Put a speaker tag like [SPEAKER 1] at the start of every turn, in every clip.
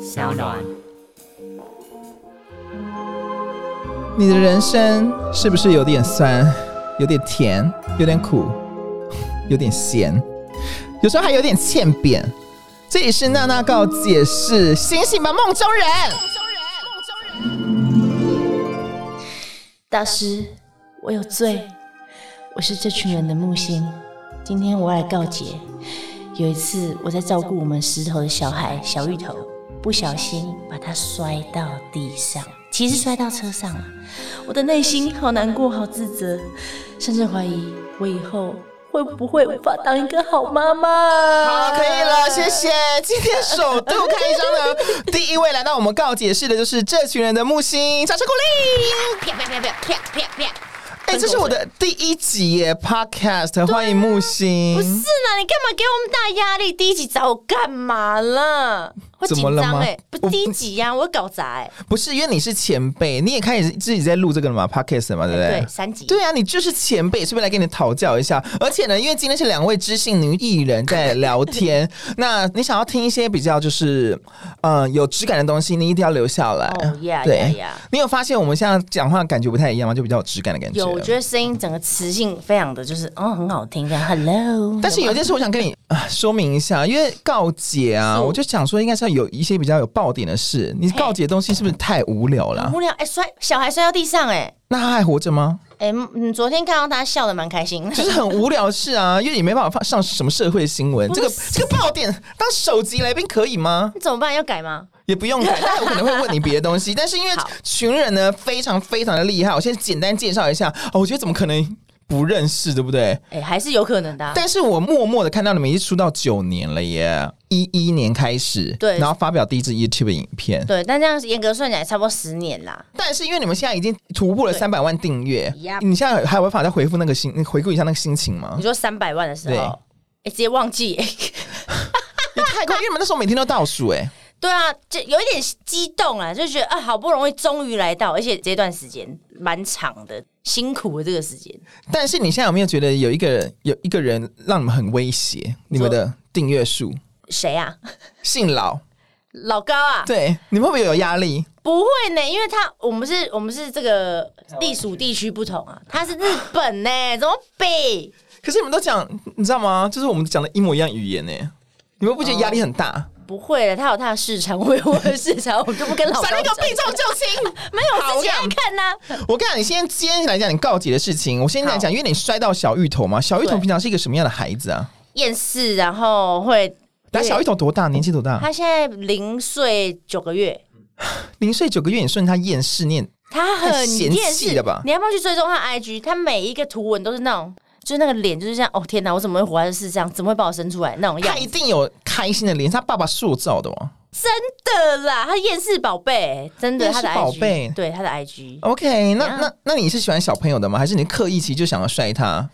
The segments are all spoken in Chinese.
[SPEAKER 1] 小暖。
[SPEAKER 2] 你的人生是不是有点酸，有点甜，有点苦，有点咸，有时候还有点欠扁？这也是娜娜告解释，醒醒吧，梦中人！
[SPEAKER 3] 大师，我有罪，我是这群人的木星。今天我来告解。有一次，我在照顾我们石头的小孩小芋头，不小心把他摔到地上，其实摔到车上了。我的内心好难过，好自责，甚至怀疑我以后会不会无法当一个好妈妈。
[SPEAKER 2] 好，可以了，谢谢。今天首度开张 的第一位来到我们告解室的就是这群人的木星，掌声鼓励！
[SPEAKER 1] 啪啪啪啪啪啪啪！
[SPEAKER 2] 哎、这是我的第一集耶，Podcast，欢迎木星。
[SPEAKER 1] 不是啦，你干嘛给我们大压力？第一集找我干嘛啦？会
[SPEAKER 2] 怎么
[SPEAKER 1] 紧
[SPEAKER 2] 了
[SPEAKER 1] 张
[SPEAKER 2] 吗
[SPEAKER 3] 欸
[SPEAKER 1] 哎，不
[SPEAKER 2] 我
[SPEAKER 1] 第一集呀、我会搞砸哎、
[SPEAKER 2] 不是，因为你是前辈，你也开始自己在录这个了嘛，podcast 嘛，对不 对？
[SPEAKER 1] 对，三集。
[SPEAKER 2] 对啊，你就是前辈，顺便来跟你讨教一下。而且呢，因为今天是两位知性女艺人在聊 天，那你想要听一些比较就是嗯、呃有质感的东西，你一定要留下来。
[SPEAKER 1] 哦呀
[SPEAKER 2] 对
[SPEAKER 1] 呀呀
[SPEAKER 2] 你有发现我们现在讲话感觉不太一样吗？就比较有质感的感觉。
[SPEAKER 1] 有，我觉得声音整个磁性非常的就是，哦，很好听，这样 Hello。
[SPEAKER 2] 但是有一件事我想跟你啊说明一下，因为告解啊，我就想说应该是要有一些比较有爆点的事。你告解的东西是不是太无聊了
[SPEAKER 1] 很？无聊，哎、摔小孩摔到地上、哎。
[SPEAKER 2] 那他还活着吗？
[SPEAKER 1] 哎、嗯，昨天看到他笑的蛮开心，
[SPEAKER 2] 就是很无聊的事啊，因为也没办法放上什么社会新闻。
[SPEAKER 1] 不
[SPEAKER 2] 这
[SPEAKER 1] 是
[SPEAKER 2] 个这个爆点当首集来宾可以吗？
[SPEAKER 1] 那怎么办？要改吗？
[SPEAKER 2] 也不 用改，但我可能会问你别的东西。但是因为
[SPEAKER 1] 好
[SPEAKER 2] 群人呢非常非常的厉害，我先简单介绍一下。哦，我觉得怎么可能不认识，对不对？
[SPEAKER 1] 哎、还是有可能的啊、
[SPEAKER 2] 但是我默默的看到你们已经出道九年了耶，一一年开始，
[SPEAKER 1] 对
[SPEAKER 2] 然后发表第一支 YouTube 影片。
[SPEAKER 1] 对，但这样严格算起来，差不多十年啦。
[SPEAKER 2] 但是因为你们现在已经突破了
[SPEAKER 1] 对
[SPEAKER 2] 三百万订阅
[SPEAKER 1] Yup，
[SPEAKER 2] 你现在还有办法再回复那个心，回顾一下那个心情吗
[SPEAKER 1] 你？说三百万的时
[SPEAKER 2] 对
[SPEAKER 1] 候，哎、直接忘记、哎
[SPEAKER 2] 也太快，因为你们那时候每天都倒数哎、
[SPEAKER 1] 对啊，就有一点激动啊，就觉得啊，好不容易终于来到，而且这段时间蛮长的，辛苦的这个时间。
[SPEAKER 2] 但是你现在有没有觉得有一个人有一个人让你们很威胁？你们的订阅数，
[SPEAKER 1] 谁啊？
[SPEAKER 2] 姓老，
[SPEAKER 1] 老高啊？
[SPEAKER 2] 对，你们会不会有压力？
[SPEAKER 1] 不会呢，因为他我们是我们是这个地属地区不同啊，他是日本呢、 怎么比？
[SPEAKER 2] 可是你们都讲，你知道吗？就是我们讲的一模一样语言呢、你们不觉得压力很大？
[SPEAKER 1] 不会的，他有他的市场，我有我的市场，我们就不跟 老高
[SPEAKER 2] 闪了一个
[SPEAKER 1] 争
[SPEAKER 2] 避重就轻。
[SPEAKER 1] 没有，我
[SPEAKER 2] 好
[SPEAKER 1] 自己爱
[SPEAKER 2] 样
[SPEAKER 1] 看呐、
[SPEAKER 2] 我跟你讲，你先今天来讲你告解的事情。我先来讲，因为你摔到小芋头嘛，小芋头
[SPEAKER 1] 对
[SPEAKER 2] 平常是一个什么样的孩子啊？
[SPEAKER 1] 厌世，然后会。
[SPEAKER 2] 但小芋头多大？年纪多大？
[SPEAKER 1] 他现在零岁九个月，
[SPEAKER 2] 零岁九个月，你顺他厌世念，
[SPEAKER 1] 他
[SPEAKER 2] 太
[SPEAKER 1] 很
[SPEAKER 2] 嫌
[SPEAKER 1] 厌
[SPEAKER 2] 弃
[SPEAKER 1] 世
[SPEAKER 2] 了吧
[SPEAKER 1] 你要不要去追踪他的 IG？他每一个图文都是那种，就是那个脸就是这样。哦天哪，我怎么会活在这世上？怎么会把我生出来那种样
[SPEAKER 2] 他
[SPEAKER 1] 子
[SPEAKER 2] 一定有开心的脸，是他爸爸塑造的哦。
[SPEAKER 1] 真的啦，他厌世宝贝，真的
[SPEAKER 2] 厌
[SPEAKER 1] 他
[SPEAKER 2] 世
[SPEAKER 1] 的 IG，
[SPEAKER 2] 宝贝
[SPEAKER 1] 对他的 IG
[SPEAKER 2] OK，那
[SPEAKER 1] 怎样
[SPEAKER 2] 那那你是喜欢小朋友的吗？还是你刻意其实就想要摔 他？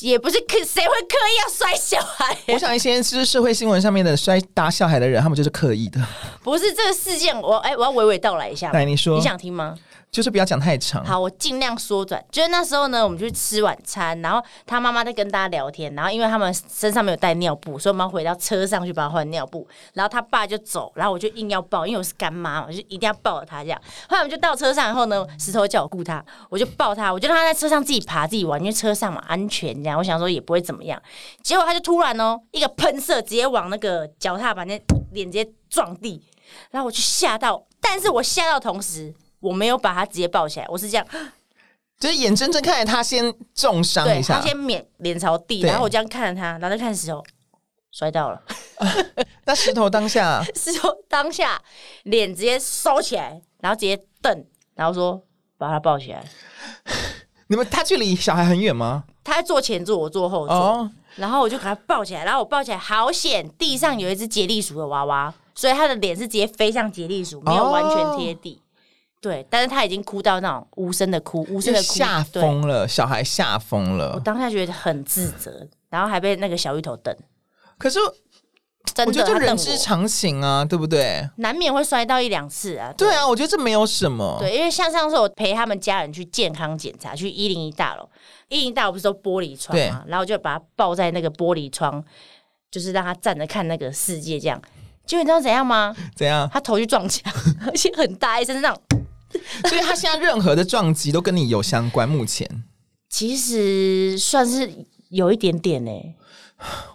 [SPEAKER 1] 也不是刻，谁会刻意要摔小孩？
[SPEAKER 2] 我想一些就是社会新闻上面的摔打小孩的人，他们就是刻意 的。
[SPEAKER 1] 不是这个事件，我哎、我要娓娓道来一下。
[SPEAKER 2] 来，你说，
[SPEAKER 1] 你想听吗？
[SPEAKER 2] 就是不要讲太长。
[SPEAKER 1] 好，我尽量缩短。就是那时候呢，我们去吃晚餐，然后他妈妈在跟大家聊天，然后因为他们身上没有带尿布，所以我们要回到车上去帮他换尿布。然后他爸就走，然后我就硬要抱，因为我是干妈嘛，我就一定要抱着他这样。后来我们就到车上以后呢，石头叫我顾他，我就抱他，我就让他在车上自己爬自己玩，因为车上嘛安全这样。我想说也不会怎么样，结果他就突然哦一个喷射，直接往那个脚踏板那脸直接撞地，然后我就吓到，但是我吓到同时。我没有把他直接抱起来，我是这样，
[SPEAKER 2] 就是眼睁睁看着他先重伤
[SPEAKER 1] 对
[SPEAKER 2] 一下，
[SPEAKER 1] 他先脸脸朝地，
[SPEAKER 2] 对
[SPEAKER 1] 然后我这样看着他，然后再看石头，摔到了。
[SPEAKER 2] 那石头当下
[SPEAKER 1] 石头当下脸直接收起来，然后直接瞪，然后说把他抱起来。
[SPEAKER 2] 你们他距离小孩很远吗？
[SPEAKER 1] 他在坐前座，我坐后座，
[SPEAKER 2] 哦，
[SPEAKER 1] 然后我就给他抱起来，然后我抱起来，好险，地上有一只杰利鼠的娃娃，所以他的脸是直接飞向杰利鼠，没
[SPEAKER 2] 哦
[SPEAKER 1] 有完全贴地。对，但是他已经哭到那种无声的哭，无
[SPEAKER 2] 就
[SPEAKER 1] 声的哭，
[SPEAKER 2] 吓
[SPEAKER 1] 对。
[SPEAKER 2] 疯了，小孩吓疯
[SPEAKER 1] 我
[SPEAKER 2] 了。
[SPEAKER 1] 当下觉得很自责，然后还被那个小芋头瞪，
[SPEAKER 2] 可是
[SPEAKER 1] 真的，
[SPEAKER 2] 我觉得就
[SPEAKER 1] 他瞪
[SPEAKER 2] 人
[SPEAKER 1] 我
[SPEAKER 2] 之常情啊，对不对？
[SPEAKER 1] 难免会摔到一两次啊。
[SPEAKER 2] 对啊，我觉得这没有什么。
[SPEAKER 1] 对，因为像上次我陪他们家人去健康检查，去一零一大楼，一零大楼不是都玻璃窗
[SPEAKER 2] 对
[SPEAKER 1] 嘛，然后就把他抱在那个玻璃窗，就是让他站着看那个世界这样。结果你知道怎样吗？
[SPEAKER 2] 怎样？
[SPEAKER 1] 他头去撞墙， 而且很大一声这样。
[SPEAKER 2] 所以他现在任何的撞击都跟你有相关。目前，
[SPEAKER 1] 其实算是有一点点呢、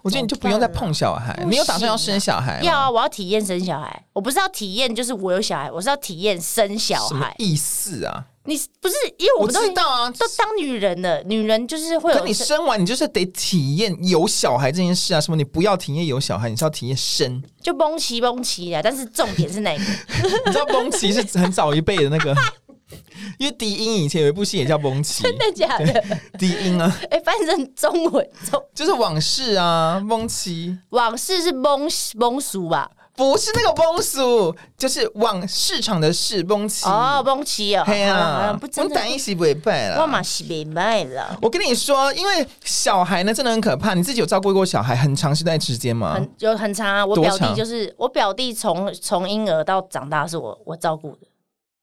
[SPEAKER 2] 我觉得你就不用再碰小孩，你有打算要生小孩吗？
[SPEAKER 1] 要啊，我要体验生小孩，我不是要体验就是我有小孩，我是要体验生小
[SPEAKER 2] 什么
[SPEAKER 1] 孩。
[SPEAKER 2] 意思啊？
[SPEAKER 1] 你不是因为我
[SPEAKER 2] 我
[SPEAKER 1] 们都已
[SPEAKER 2] 知
[SPEAKER 1] 经
[SPEAKER 2] 道啊，
[SPEAKER 1] 都当女人了，女人就是会
[SPEAKER 2] 可
[SPEAKER 1] 有
[SPEAKER 2] 你
[SPEAKER 1] 生
[SPEAKER 2] 生完你就是得体验有小孩这件事啊。什么你不要体验有小孩，你是要体验生。
[SPEAKER 1] 就崩奇崩奇的，但是重点是 哪一个？
[SPEAKER 2] 你知道崩奇是很早一辈的那个， 因为迪英以前有一部戏也叫崩奇，
[SPEAKER 1] 真的假的？
[SPEAKER 2] 迪英啊，
[SPEAKER 1] 哎、反正中文中
[SPEAKER 2] 就是往事啊，崩奇
[SPEAKER 1] 往事是崩崩俗吧？
[SPEAKER 2] 不是那个崩叔，就是往市场的市崩奇。
[SPEAKER 1] 哦，崩奇哦，
[SPEAKER 2] 嘿
[SPEAKER 1] 好啦好啦
[SPEAKER 2] 啊，
[SPEAKER 1] 不
[SPEAKER 2] 我
[SPEAKER 1] 真的，
[SPEAKER 2] 胆一起不会败
[SPEAKER 1] 我
[SPEAKER 2] 了。
[SPEAKER 1] 嘛是明白了。
[SPEAKER 2] 我跟你说，因为小孩呢真的很可怕。你自己有照顾过小孩很长时间之间吗？
[SPEAKER 1] 很有很长啊，我
[SPEAKER 2] 哦多
[SPEAKER 1] 表弟
[SPEAKER 2] 长
[SPEAKER 1] 就是我表弟从从婴儿到长大是我我照顾的，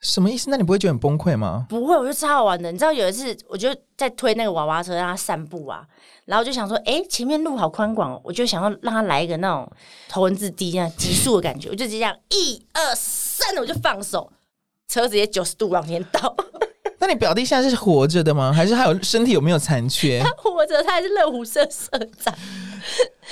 [SPEAKER 2] 什么意思？那你不会觉得很崩溃吗？
[SPEAKER 1] 不会，我觉得超好玩的。你知道有一次，我就在推那个娃娃车让他散步啊，然后就想说，诶，前面路好宽广哦，我就想要让他来一个那种头文字 D 那样急速的感觉，我就直接这样一二三，我就放手，车直接九十度往前 倒，
[SPEAKER 2] 那你表弟现在是活着的吗？还是他有身体有没有残 缺？
[SPEAKER 1] 活着他还是乐虎社社长，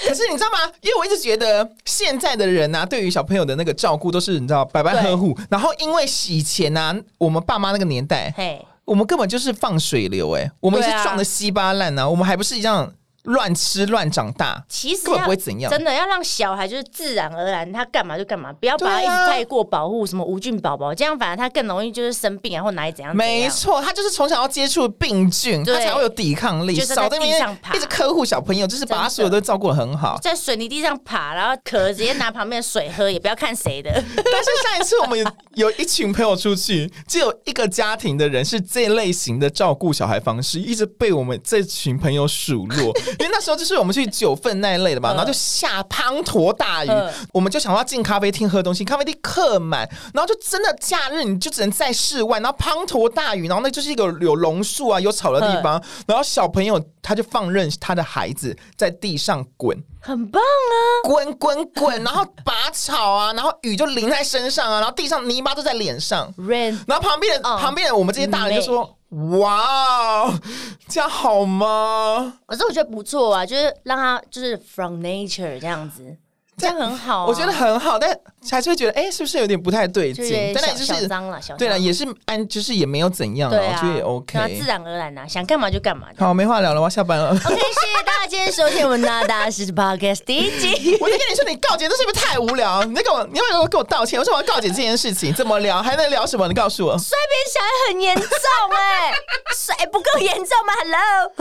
[SPEAKER 2] 可是你知道吗？因为我一直觉得现在的人啊，对于小朋友的那个照顾都是你知道百般呵护。然后因为以前啊，我们爸妈那个年代，
[SPEAKER 1] 嘿，
[SPEAKER 2] 我们根本就是放水流、欸，哎，我们是
[SPEAKER 1] 对啊
[SPEAKER 2] 撞的稀巴烂啊，我们还不是一样乱吃乱长大，
[SPEAKER 1] 其实
[SPEAKER 2] 根本
[SPEAKER 1] 要
[SPEAKER 2] 不会怎样。
[SPEAKER 1] 真的要让小孩就是自然而然，他干嘛就干嘛，不要把他一
[SPEAKER 2] 对啊
[SPEAKER 1] 直太过保护，什么无菌宝宝，这样反而他更容易就是生病啊，或哪里怎样怎样。
[SPEAKER 2] 没错，他就是从小要接触病菌，
[SPEAKER 1] 对
[SPEAKER 2] 他才会有抵抗力。
[SPEAKER 1] 就是在
[SPEAKER 2] 少在那
[SPEAKER 1] 地
[SPEAKER 2] 边
[SPEAKER 1] 上爬
[SPEAKER 2] 一直呵护小朋友，就是把他所有都照顾的很好。
[SPEAKER 1] 在水泥地上爬，然后壳直接拿旁边的水喝，也不要看 谁的。
[SPEAKER 2] 但是上一次我们有有一群朋友出去，只有一个家庭的人是这类型的照顾小孩方式，一直被我们这群朋友数落。因为那时候就是我们去九份那一类的嘛，然后就下滂沱大雨
[SPEAKER 1] 嗯，
[SPEAKER 2] 我们就想要进咖啡厅喝东西，咖啡厅客满，然后就真的假日你就只能在室外，然后滂沱大雨，然后那就是一个有榕树啊、有草的地方，然后小朋友他就放任他的孩子在地上滚。
[SPEAKER 1] 很棒啊！
[SPEAKER 2] 滚滚滚，然后拔草啊，然后雨就淋在身上啊，然后地上泥巴都在脸上，
[SPEAKER 1] Rain，
[SPEAKER 2] 然后旁边的、
[SPEAKER 1] 哦嗯
[SPEAKER 2] 旁边的我们这些大人就说：“哇哦，这样好吗
[SPEAKER 1] 可是我觉得不错啊，就是让他就是 from nature 这样子，这样很好、啊。
[SPEAKER 2] 我觉得很好，但还是会觉得，哎、是不是有点不太对
[SPEAKER 1] 就
[SPEAKER 2] 劲
[SPEAKER 1] 是？
[SPEAKER 2] 但
[SPEAKER 1] 小
[SPEAKER 2] 那就是
[SPEAKER 1] 小脏了，小
[SPEAKER 2] 对了，
[SPEAKER 1] 了，
[SPEAKER 2] 也是按，就是也没有怎样
[SPEAKER 1] 对
[SPEAKER 2] 啊，
[SPEAKER 1] 啊，
[SPEAKER 2] 我觉得也
[SPEAKER 1] 让他自
[SPEAKER 2] OK。
[SPEAKER 1] 然而然啊，想干嘛就干嘛。
[SPEAKER 2] 好，没话聊了，我要下班了。
[SPEAKER 1] OK，谢谢大家今天收听我们那大师 Podcast 第一集。
[SPEAKER 2] 我就跟你说，你告解这是不是太无聊？你在跟我，你要不要跟我道歉？我说我要告解这件事情，怎么聊？还能聊什么？你告诉我。
[SPEAKER 1] 摔扁小孩很严重哎、摔不够严重吗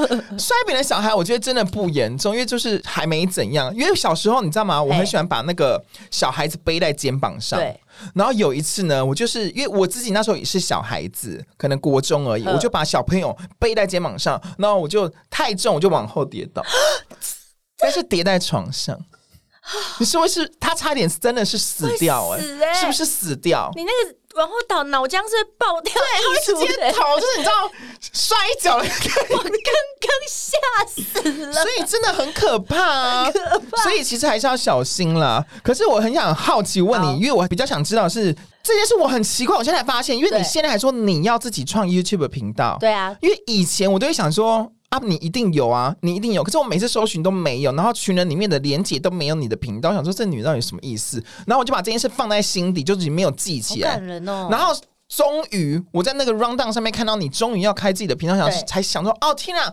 [SPEAKER 1] ？Hello，
[SPEAKER 2] 摔扁的小孩，我觉得真的不严重，因为就是还没怎样。因为小时候你知道吗？我很喜欢把那个小孩子背在肩膀上。
[SPEAKER 1] 对。
[SPEAKER 2] 然后有一次呢，我就是因为我自己那时候也是小孩子，可能国中而已，
[SPEAKER 1] 嗯
[SPEAKER 2] 我就把小朋友背在肩膀上，然后我就太重，我就往后跌 倒，但是跌在床上。你是不是他差点真的是死掉哎、
[SPEAKER 1] 会死欸
[SPEAKER 2] 是不是死掉？
[SPEAKER 1] 你那个往后倒，脑浆是会爆掉溢
[SPEAKER 2] 直
[SPEAKER 1] 出
[SPEAKER 2] 接
[SPEAKER 1] 的，
[SPEAKER 2] 头就是你知道摔跤的感觉
[SPEAKER 1] 我刚刚吓死 了。
[SPEAKER 2] 所以真的很可怕、啊，所以其实还是要小心啦。可是我很想好奇问
[SPEAKER 1] 好
[SPEAKER 2] 你，因为我比较想知道是这件事，我很奇怪，我现在才发现，因为
[SPEAKER 1] 对
[SPEAKER 2] 你现在还说你要自己创 YouTube 频道，
[SPEAKER 1] 对啊，
[SPEAKER 2] 因为以前我都会想说。啊，你一定有啊，你一定有。可是我每次搜寻都没有，然后群人里面的连结都没有你的频道，我想说这女人到底什么意思？然后我就把这件事放在心底，就是没有记
[SPEAKER 1] 好
[SPEAKER 2] 起来
[SPEAKER 1] 感。人哦。
[SPEAKER 2] 然后终于我在那个 round down 上面看到你终于要开自己的频道，想
[SPEAKER 1] 对
[SPEAKER 2] 才想说，哦天啊，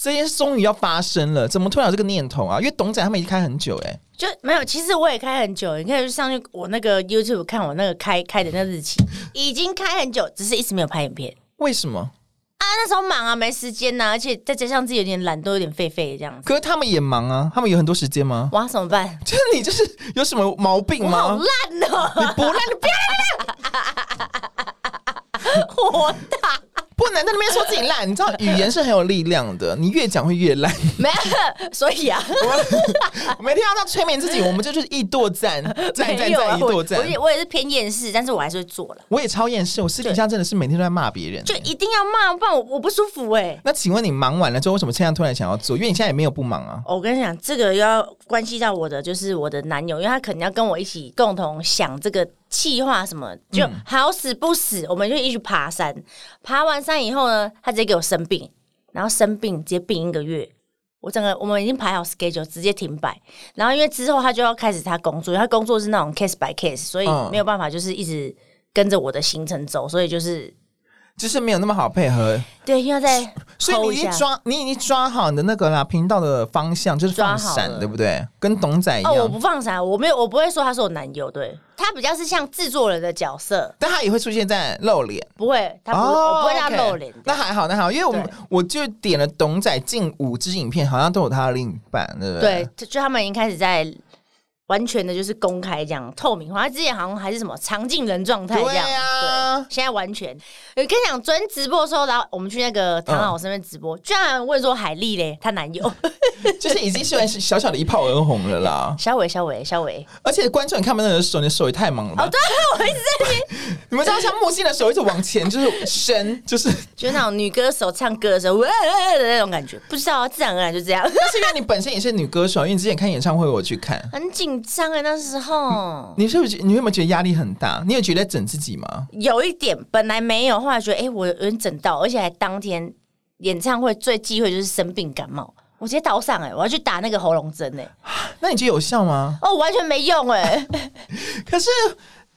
[SPEAKER 2] 这件事终于要发生了，怎么突然有这个念头啊？因为董仔他们已经开很久哎、
[SPEAKER 1] 就没有，其实我也开很久，你可以去上去我那个 YouTube 看我那个开开的那日期，已经开很久，只是一直没有拍影片
[SPEAKER 2] 为什么？
[SPEAKER 1] 啊。那时候忙啊，没时间呐、而且再加上自己有点懒惰，有点废废这样子，
[SPEAKER 2] 可是他们也忙啊，他们有很多时间吗？
[SPEAKER 1] 哇，怎么办？
[SPEAKER 2] 就是你就是有什么毛病
[SPEAKER 1] 我好
[SPEAKER 2] 吗？
[SPEAKER 1] 烂哦、
[SPEAKER 2] 你不烂，你不要
[SPEAKER 1] 火大！
[SPEAKER 2] 不不能在那边说自己烂，你知道语言是很有力量的，你越讲会越 烂。
[SPEAKER 1] 没有，所以啊，
[SPEAKER 2] 我们我每天要到催眠自己，我们这就是一跺赞，赞
[SPEAKER 1] 没
[SPEAKER 2] 赞
[SPEAKER 1] 有啊
[SPEAKER 2] 赞一
[SPEAKER 1] 我
[SPEAKER 2] 跺
[SPEAKER 1] 我
[SPEAKER 2] 赞。
[SPEAKER 1] 也我也是偏厌世，但是我还是会做了，
[SPEAKER 2] 我也超厌世，我私底下真的是每天都在骂别人。
[SPEAKER 1] 就一定要骂，不然我我不舒服哎、
[SPEAKER 2] 那请问你忙完了之后，为什么现在突然想要做？因为你现在也没有不忙啊。
[SPEAKER 1] 哦我跟你讲，这个要关系到我的，就是我的男友，因为他肯定要跟我一起共同想这个计划什么，
[SPEAKER 2] 嗯
[SPEAKER 1] 就好死不死，我们就一起爬山。爬完山以后呢，他直接给我生病，然后生病直接病一个月。我整个我们已经排好 schedule，直接停摆。然后因为之后他就要开始他工作，因为他工作是那种 case by case，所以
[SPEAKER 2] 嗯
[SPEAKER 1] 没有办法就是一直跟着我的行程走，所以就是
[SPEAKER 2] 就是没有那么好配合，
[SPEAKER 1] 对，因为在
[SPEAKER 2] 所以
[SPEAKER 1] hold
[SPEAKER 2] 你
[SPEAKER 1] 一
[SPEAKER 2] 已
[SPEAKER 1] 下
[SPEAKER 2] 经抓，你已经抓好你的那个啦频道的方向，就是放
[SPEAKER 1] 抓好
[SPEAKER 2] 闪，
[SPEAKER 1] 了
[SPEAKER 2] 对不对？跟董仔一样，
[SPEAKER 1] 哦，我不放闪，我没有，我不会说他是我男友，对他比较是像制作人的角色，
[SPEAKER 2] 但他也会出现在露脸。
[SPEAKER 1] 不会，他不，我不会让他
[SPEAKER 2] 哦 OK
[SPEAKER 1] 露脸
[SPEAKER 2] 那
[SPEAKER 1] 的。
[SPEAKER 2] 还好，那还好，因为我们
[SPEAKER 1] 对
[SPEAKER 2] 我就点了董仔近五支影片，好像都有他的另一半，对不对？
[SPEAKER 1] 对，就就他们已经开始在完全的就是公开这样透明化，他之前好像还是什么常进人状态这样。
[SPEAKER 2] 对啊
[SPEAKER 1] 对现在完全。我跟你讲，昨天直播的时候，然后我们去那个唐老师那边直播，居然问说海丽嘞，她 男友
[SPEAKER 2] 就是已经虽然是小小的一炮而红了啦。
[SPEAKER 1] 小伟，小伟，小伟，
[SPEAKER 2] 而且观众你看不到你的手，你的手也太忙了吧？哦，对，我一直在 你们知道像木星的手一直往前就是伸，就是
[SPEAKER 1] 就是那种女歌手唱歌的时候，喂的那种感觉，不知道啊，自然而然就 这样，
[SPEAKER 2] 但是因为你本身也是女歌手，因为你之前看演唱会我有去看，
[SPEAKER 1] 很紧张哎，那时候。
[SPEAKER 2] 你是不是觉你有没有觉得压力很大？你有觉得在整自己吗？
[SPEAKER 1] 有一点，本来没有，后来觉得哎、诶我有点整到，而且还当天演唱会最忌讳就是生病感冒，我直接倒上哎、我要去打那个喉咙针哎，
[SPEAKER 2] 那你觉得有效吗？
[SPEAKER 1] 哦，完全没用哎、
[SPEAKER 2] 可是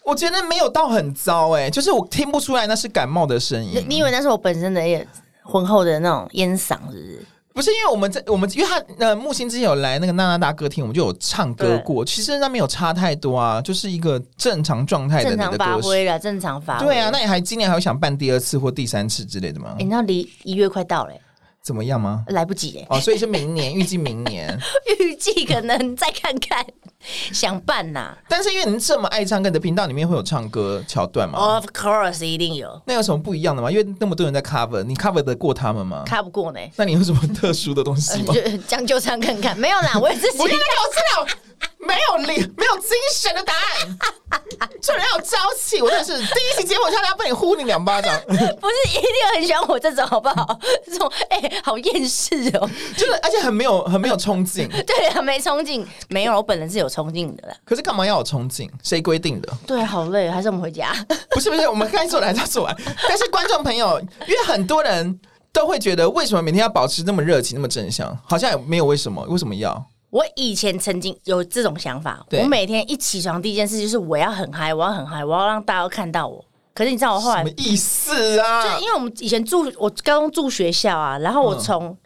[SPEAKER 2] 我觉得没有到很糟哎、就是我听不出来那是感冒的声
[SPEAKER 1] 你
[SPEAKER 2] 音，
[SPEAKER 1] 你以为那是我本身的也浑厚的那种烟嗓是不是？
[SPEAKER 2] 不是因为我们在我们因为他呃木星之前有来那个娜娜大歌厅，我们就有唱歌过，其实那没有差太多啊，就是一个正常状态的
[SPEAKER 1] 正
[SPEAKER 2] 你
[SPEAKER 1] 常
[SPEAKER 2] 的
[SPEAKER 1] 发
[SPEAKER 2] 歌手。
[SPEAKER 1] 挥了，正常发挥。
[SPEAKER 2] 对啊，那你还今年还有想办第二次或第三次之类的吗
[SPEAKER 1] 诶、？你知道哎离一月快到了、诶
[SPEAKER 2] 怎么样吗？
[SPEAKER 1] 来不及哎、
[SPEAKER 2] 哦，所以是明年，预计明年。
[SPEAKER 1] 预计可能再看看， 想办呐、
[SPEAKER 2] 但是因为您这么爱唱歌，你的频道里面会有唱歌桥段吗？
[SPEAKER 1] Of course，一定有，
[SPEAKER 2] 那有什么不一样的吗？因为那么多人在 cover，你 cover 得过他们吗？
[SPEAKER 1] 卡不过呢、
[SPEAKER 2] 那你有什么特殊的东西吗？
[SPEAKER 1] 就将就唱看看，没有啦，我也自己
[SPEAKER 2] 不要再给我这种没有理、没有精神的答案， 这人要有朝气。我真的是第一期节目差点要被你呼你两巴掌，
[SPEAKER 1] 不是一定很喜欢我这种，好不好？ 这种哎、好厌世哦。
[SPEAKER 2] 就是而且很没有、很没有冲劲。
[SPEAKER 1] 对啊，没冲劲，没有，我本人是有冲劲的啦。
[SPEAKER 2] 可是干嘛要有冲劲？谁规定的？
[SPEAKER 1] 对，好累，还是我们回家？
[SPEAKER 2] 不是不是，我们该做的还是要做完。 但是观众朋友，因为很多人都会觉得，为什么每天要保持那么热情、那么正向？好像也没有为什么，为什么要？
[SPEAKER 1] 我以前曾经有这种想法，
[SPEAKER 2] 对
[SPEAKER 1] 我每天一起床第一件事就是我要很嗨，我要很嗨，我要让大家看到我。可是你知道我后
[SPEAKER 2] 什
[SPEAKER 1] 来
[SPEAKER 2] 么，意思啊
[SPEAKER 1] 就？因为我们以前住我高中住学校啊，然后我从、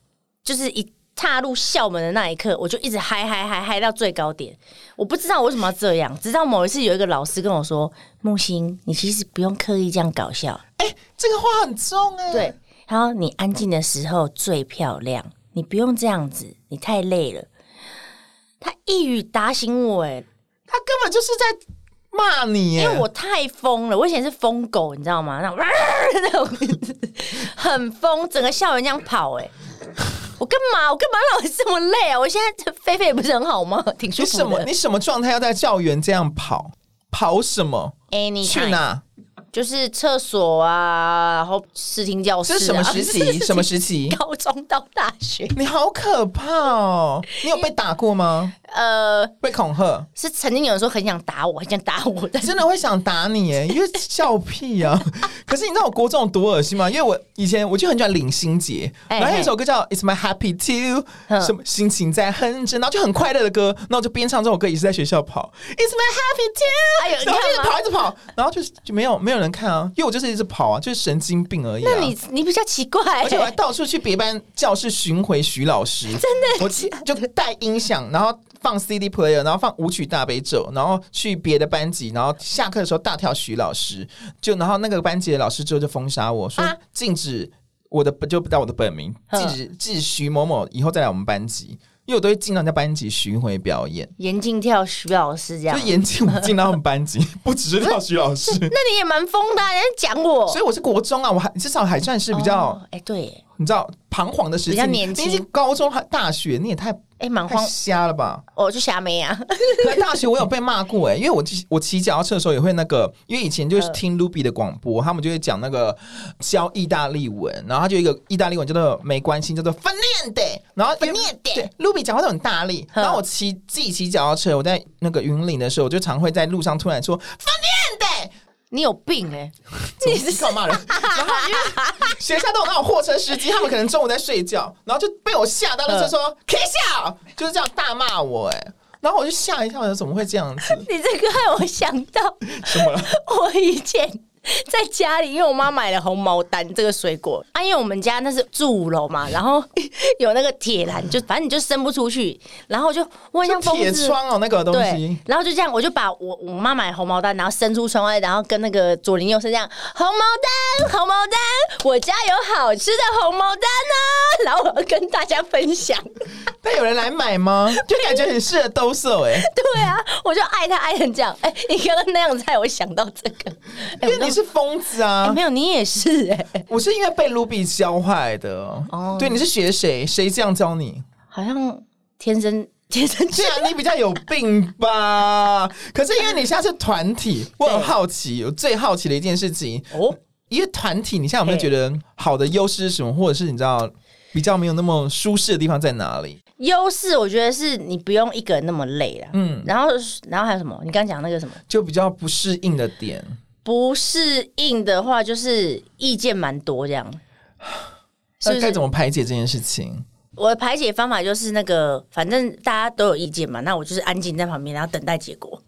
[SPEAKER 1] 就是一踏入校门的那一刻，我就一直嗨嗨嗨嗨到最高点。我不知道我为什么要这样，直到某一次有一个老师跟我说：“木星，你其实不用刻意这样搞笑。”
[SPEAKER 2] 哎、这个话很重哎、
[SPEAKER 1] 对，，然后你安静的时候最漂亮，你不用这样子，你太累了。他一语打醒我、哎，
[SPEAKER 2] 他根本就是在骂你、哎，
[SPEAKER 1] 因为我太疯了，我以前是疯狗，你知道吗？那种、 那种很疯，整个校园这样跑、哎，我干嘛？我干嘛让我这么累啊？我现在飞飞也不是很好吗？挺舒
[SPEAKER 2] 你什
[SPEAKER 1] 服
[SPEAKER 2] 么
[SPEAKER 1] 的。
[SPEAKER 2] 你什么状态要在校园这样跑？跑什么？
[SPEAKER 1] 哎，你
[SPEAKER 2] 去？哪？
[SPEAKER 1] 就是厕所啊，然后视听教室、啊。
[SPEAKER 2] 这是什么时 期？什么时期？
[SPEAKER 1] 高中到大学，
[SPEAKER 2] 你好可怕哦！你有被打过吗？
[SPEAKER 1] 呃，
[SPEAKER 2] 被恐吓？
[SPEAKER 1] 是曾经有人说很想打我，很想 打我，但是
[SPEAKER 2] 真的会想打你 耶，因为笑屁啊！可是你知道我国中有多恶心吗？因为我以前我就很喜欢林心杰，
[SPEAKER 1] 哎
[SPEAKER 2] 然后有一首歌叫《It's My Happy Too》，
[SPEAKER 1] 嗯
[SPEAKER 2] 什么心情在哼着，然后就很快乐的歌，然后我就边唱这首歌，也是在学校跑《It's My Happy
[SPEAKER 1] 哎呦
[SPEAKER 2] Too》，然后就一
[SPEAKER 1] 你
[SPEAKER 2] 直
[SPEAKER 1] 看吗
[SPEAKER 2] 跑一直跑，然后就是就没有没有人看啊，因为我就是一直跑啊，就是神经病而已、啊。
[SPEAKER 1] 那你你比较奇怪、欸
[SPEAKER 2] 而且我还到处去别班教室巡回徐老师，真的，我去就带音响，然后放 CD player，然后放舞曲大悲咒，然后去别的班级，然后下课的时候大跳徐老师，就然后那个班级的老师之后就封杀我说
[SPEAKER 1] 啊
[SPEAKER 2] 禁止我的就不叫我的本名，
[SPEAKER 1] 嗯
[SPEAKER 2] 禁止禁止徐某某以后再来我们班级。因为我都会进到人家班级巡回表演，
[SPEAKER 1] 严禁跳徐老师这样
[SPEAKER 2] 就，严禁我进到他们班级， 不只是跳徐老 师，
[SPEAKER 1] 那你也蛮疯的啊、人家讲我
[SPEAKER 2] 所以我是国中啊，我还至少还算是比较、
[SPEAKER 1] 哦哎、对耶，
[SPEAKER 2] 你知道彷徨的时期，
[SPEAKER 1] 比较年轻
[SPEAKER 2] 你已经高中还大学，你也太
[SPEAKER 1] 哎蛮
[SPEAKER 2] 太
[SPEAKER 1] 慌，
[SPEAKER 2] 瞎了吧？
[SPEAKER 1] 我就瞎妹啊，
[SPEAKER 2] 可是大学我有被骂过哎、因为我骑我骑脚踏车的时候也会那个，因为以前
[SPEAKER 1] 嗯
[SPEAKER 2] 就是听 Ruby 的广播，他们就会讲那个教意大利文，然后他就有一个意大利文叫做没关系，叫做 f a n d 然后因为
[SPEAKER 1] Finite
[SPEAKER 2] 对 Ruby 讲话都很大力，
[SPEAKER 1] 嗯
[SPEAKER 2] 然后我骑自己骑脚踏车，我在那个云岭的时候，我就常会在路上突然说 f a n d
[SPEAKER 1] 你有病
[SPEAKER 2] 欸
[SPEAKER 1] 哎、
[SPEAKER 2] 你是干嘛人？ 然后因为学校都有那种货车司机，他们可能中午在睡觉，然后就被我吓到了，就 说 “K 笑”，就是这样大骂我哎、然后我就吓一跳，我说怎么会这 样子？
[SPEAKER 1] 你这个害我想到，
[SPEAKER 2] 怎么了？
[SPEAKER 1] 我以前在家里，因为我妈买了红毛丹这个水果啊，因为我们家那是住五楼嘛，然后 有那个铁栏，就反正你就伸不出去，然后我就我很像疯
[SPEAKER 2] 铁
[SPEAKER 1] 子。
[SPEAKER 2] 窗哦，那个东
[SPEAKER 1] 对
[SPEAKER 2] 西，，
[SPEAKER 1] 然后就这样，我就把我我妈买的红毛丹，然后伸出窗外，然后跟那个左邻右舍这样，红毛丹，红毛丹，我家有好吃的红毛丹啊， 然后我要跟大家分享。
[SPEAKER 2] 但有人来买 吗？就感觉很适合兜售哎、
[SPEAKER 1] 对啊，我就爱他爱成这样。哎、你刚刚那样子害我想到这个，哎、
[SPEAKER 2] 因
[SPEAKER 1] 我
[SPEAKER 2] 为
[SPEAKER 1] 那
[SPEAKER 2] 你是疯子啊！
[SPEAKER 1] 哎没有你也是哎、
[SPEAKER 2] 我是因为被 Ruby 教坏的
[SPEAKER 1] 哦
[SPEAKER 2] 对，你是学谁？谁这样教 你？
[SPEAKER 1] 好像天生 天生就
[SPEAKER 2] 对啊，你比较有病吧？可是因为你现在是团体，我很好奇，我最好奇的一件事情，
[SPEAKER 1] 哦，
[SPEAKER 2] 因为团体，你现在有没有觉得好的优势是什么，或者是你知道比较没有那么舒适的地方在哪里？
[SPEAKER 1] 优势我觉得是你不用一个人那么累啦。
[SPEAKER 2] 嗯
[SPEAKER 1] 嗯，然后然后还有什么？你刚讲那个什么
[SPEAKER 2] 就比较不适应的点。
[SPEAKER 1] 不适应的话，就是意见蛮多这 样。
[SPEAKER 2] 那
[SPEAKER 1] 是不
[SPEAKER 2] 该
[SPEAKER 1] 是
[SPEAKER 2] 怎？么排解这件事情？
[SPEAKER 1] 我的排解方法就是那个，反正大家都有意见嘛，那我就是安静在旁边，然后等待结果。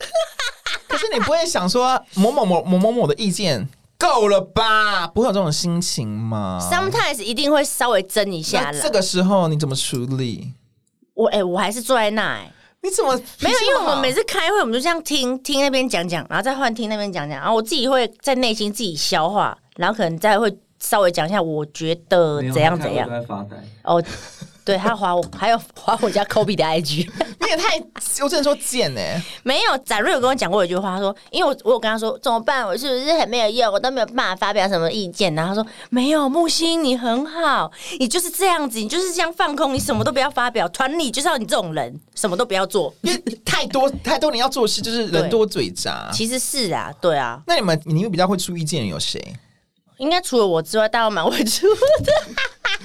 [SPEAKER 2] 可是你不会想说某某某某某某的意见够了吧？不会有这种心情吗？
[SPEAKER 1] 啊 Sometimes 一定会稍微争一下
[SPEAKER 2] 那这
[SPEAKER 1] 啦。
[SPEAKER 2] 个时候你怎么处理？
[SPEAKER 1] 我哎、我还是坐在那哎、
[SPEAKER 2] 你怎么
[SPEAKER 1] 没有，因为我们每
[SPEAKER 2] 次
[SPEAKER 1] 次开会，我们就这样听听那边讲讲，然后再换听那边讲讲，然后我自己会在内心自己消化，然后可能再会稍微讲一下，我觉得
[SPEAKER 4] 没有
[SPEAKER 1] 怎样
[SPEAKER 4] 他看我
[SPEAKER 1] 怎样
[SPEAKER 4] 都。在发呆。
[SPEAKER 1] 哦，对，他划我，还有划我家 Kobe 的 IG。
[SPEAKER 2] 你也太，我只能说贱哎、
[SPEAKER 1] 没有，展瑞有跟我讲过一句话，他说，因为我我有跟他说怎么办，我是不是很没有用，我都没有办法发表什么意见，然后他说没有，木星你很好，你就是这样子，你就是这样放空，你什么都不要发表，团里就是要你这种人，什么都不要做。
[SPEAKER 2] 因为太多太多你要做的事就是人
[SPEAKER 1] 对
[SPEAKER 2] 多嘴杂。
[SPEAKER 1] 其实是啊，对啊，
[SPEAKER 2] 那你们你们比较会出意见的有谁？
[SPEAKER 1] 应该除了我之外，大家都蛮会出的。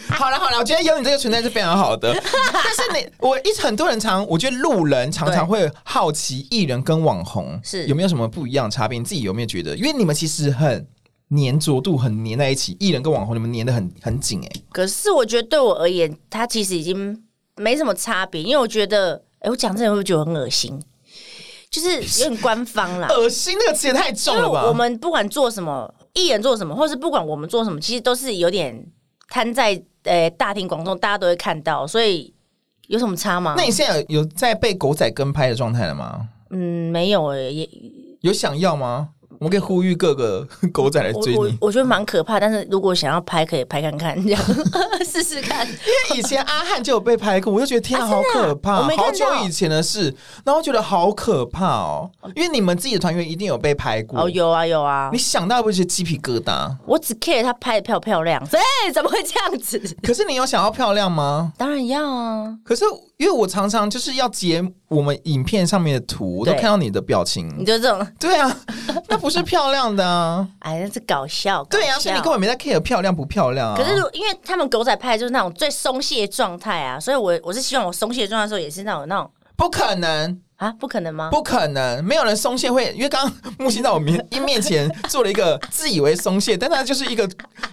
[SPEAKER 2] 好了好了，我觉得有你这个存在是非常好 的。但是你，我一直很多人常，我觉得路人常常会好奇艺人跟网红
[SPEAKER 1] 是
[SPEAKER 2] 有没有什么不一样的差别？你自己有没有觉得？因为你们其实很粘着度很粘在一起，艺人跟网红你们粘的很很紧哎、，
[SPEAKER 1] 可是我觉得对我而言，它其实已经没什么差别，因为我觉得，哎、我讲这个会不会觉得很恶心？就是有点官方啦
[SPEAKER 2] 恶心，那个词也太重
[SPEAKER 1] 因为
[SPEAKER 2] 了吧？
[SPEAKER 1] 我们不管做什么，艺人做什么，或是不管我们做什么，其实都是有点摊在呃大庭广众，大家都会看到，所以有什么差吗
[SPEAKER 2] 那？你现在有有在被狗仔跟拍的状态了吗？
[SPEAKER 1] 嗯，没有诶、也
[SPEAKER 2] 有想要吗？我们可以呼吁各个狗仔来
[SPEAKER 1] 我
[SPEAKER 2] 追
[SPEAKER 1] 我
[SPEAKER 2] 你。
[SPEAKER 1] 我觉得蛮可怕，但是如果想要拍，可以拍看看，这样 试试看。
[SPEAKER 2] 因为以前阿汉就有被拍过，我就觉得天啊，
[SPEAKER 1] 啊
[SPEAKER 2] 好
[SPEAKER 1] 真的啊
[SPEAKER 2] 可怕，
[SPEAKER 1] 我没
[SPEAKER 2] 好
[SPEAKER 1] 看
[SPEAKER 2] 久
[SPEAKER 1] 到
[SPEAKER 2] 以前的事，然后觉得好可怕哦。因为你们自己的团员一定有被拍过，
[SPEAKER 1] 哦，有啊有啊，
[SPEAKER 2] 你想到会不会觉得鸡皮疙瘩？
[SPEAKER 1] 我只 care 她拍的漂不漂亮，哎、怎么会这样子？
[SPEAKER 2] 可是你有想要漂亮吗？
[SPEAKER 1] 当然要啊，
[SPEAKER 2] 可是因为我常常就是要截我们影片上面的图，我都
[SPEAKER 1] 对嗯
[SPEAKER 2] 看到你的表
[SPEAKER 1] 你
[SPEAKER 2] 情。
[SPEAKER 1] 就这种，
[SPEAKER 2] 对啊，那不是漂亮的啊。
[SPEAKER 1] 哎，那是 搞笑。
[SPEAKER 2] 对
[SPEAKER 1] 呀、
[SPEAKER 2] 啊，所以你根本没在 care 漂亮不漂亮啊。
[SPEAKER 1] 可是如，因为他们狗仔拍的就是那种最松懈的状态啊，所以我我是希望我松懈的状态的时候也是那种那种
[SPEAKER 2] 不可能，
[SPEAKER 1] 啊，不可能吗？
[SPEAKER 2] 不可能，没有人松懈会，因为刚刚木星在我面一面前做了一个自以为松懈，但他就是一个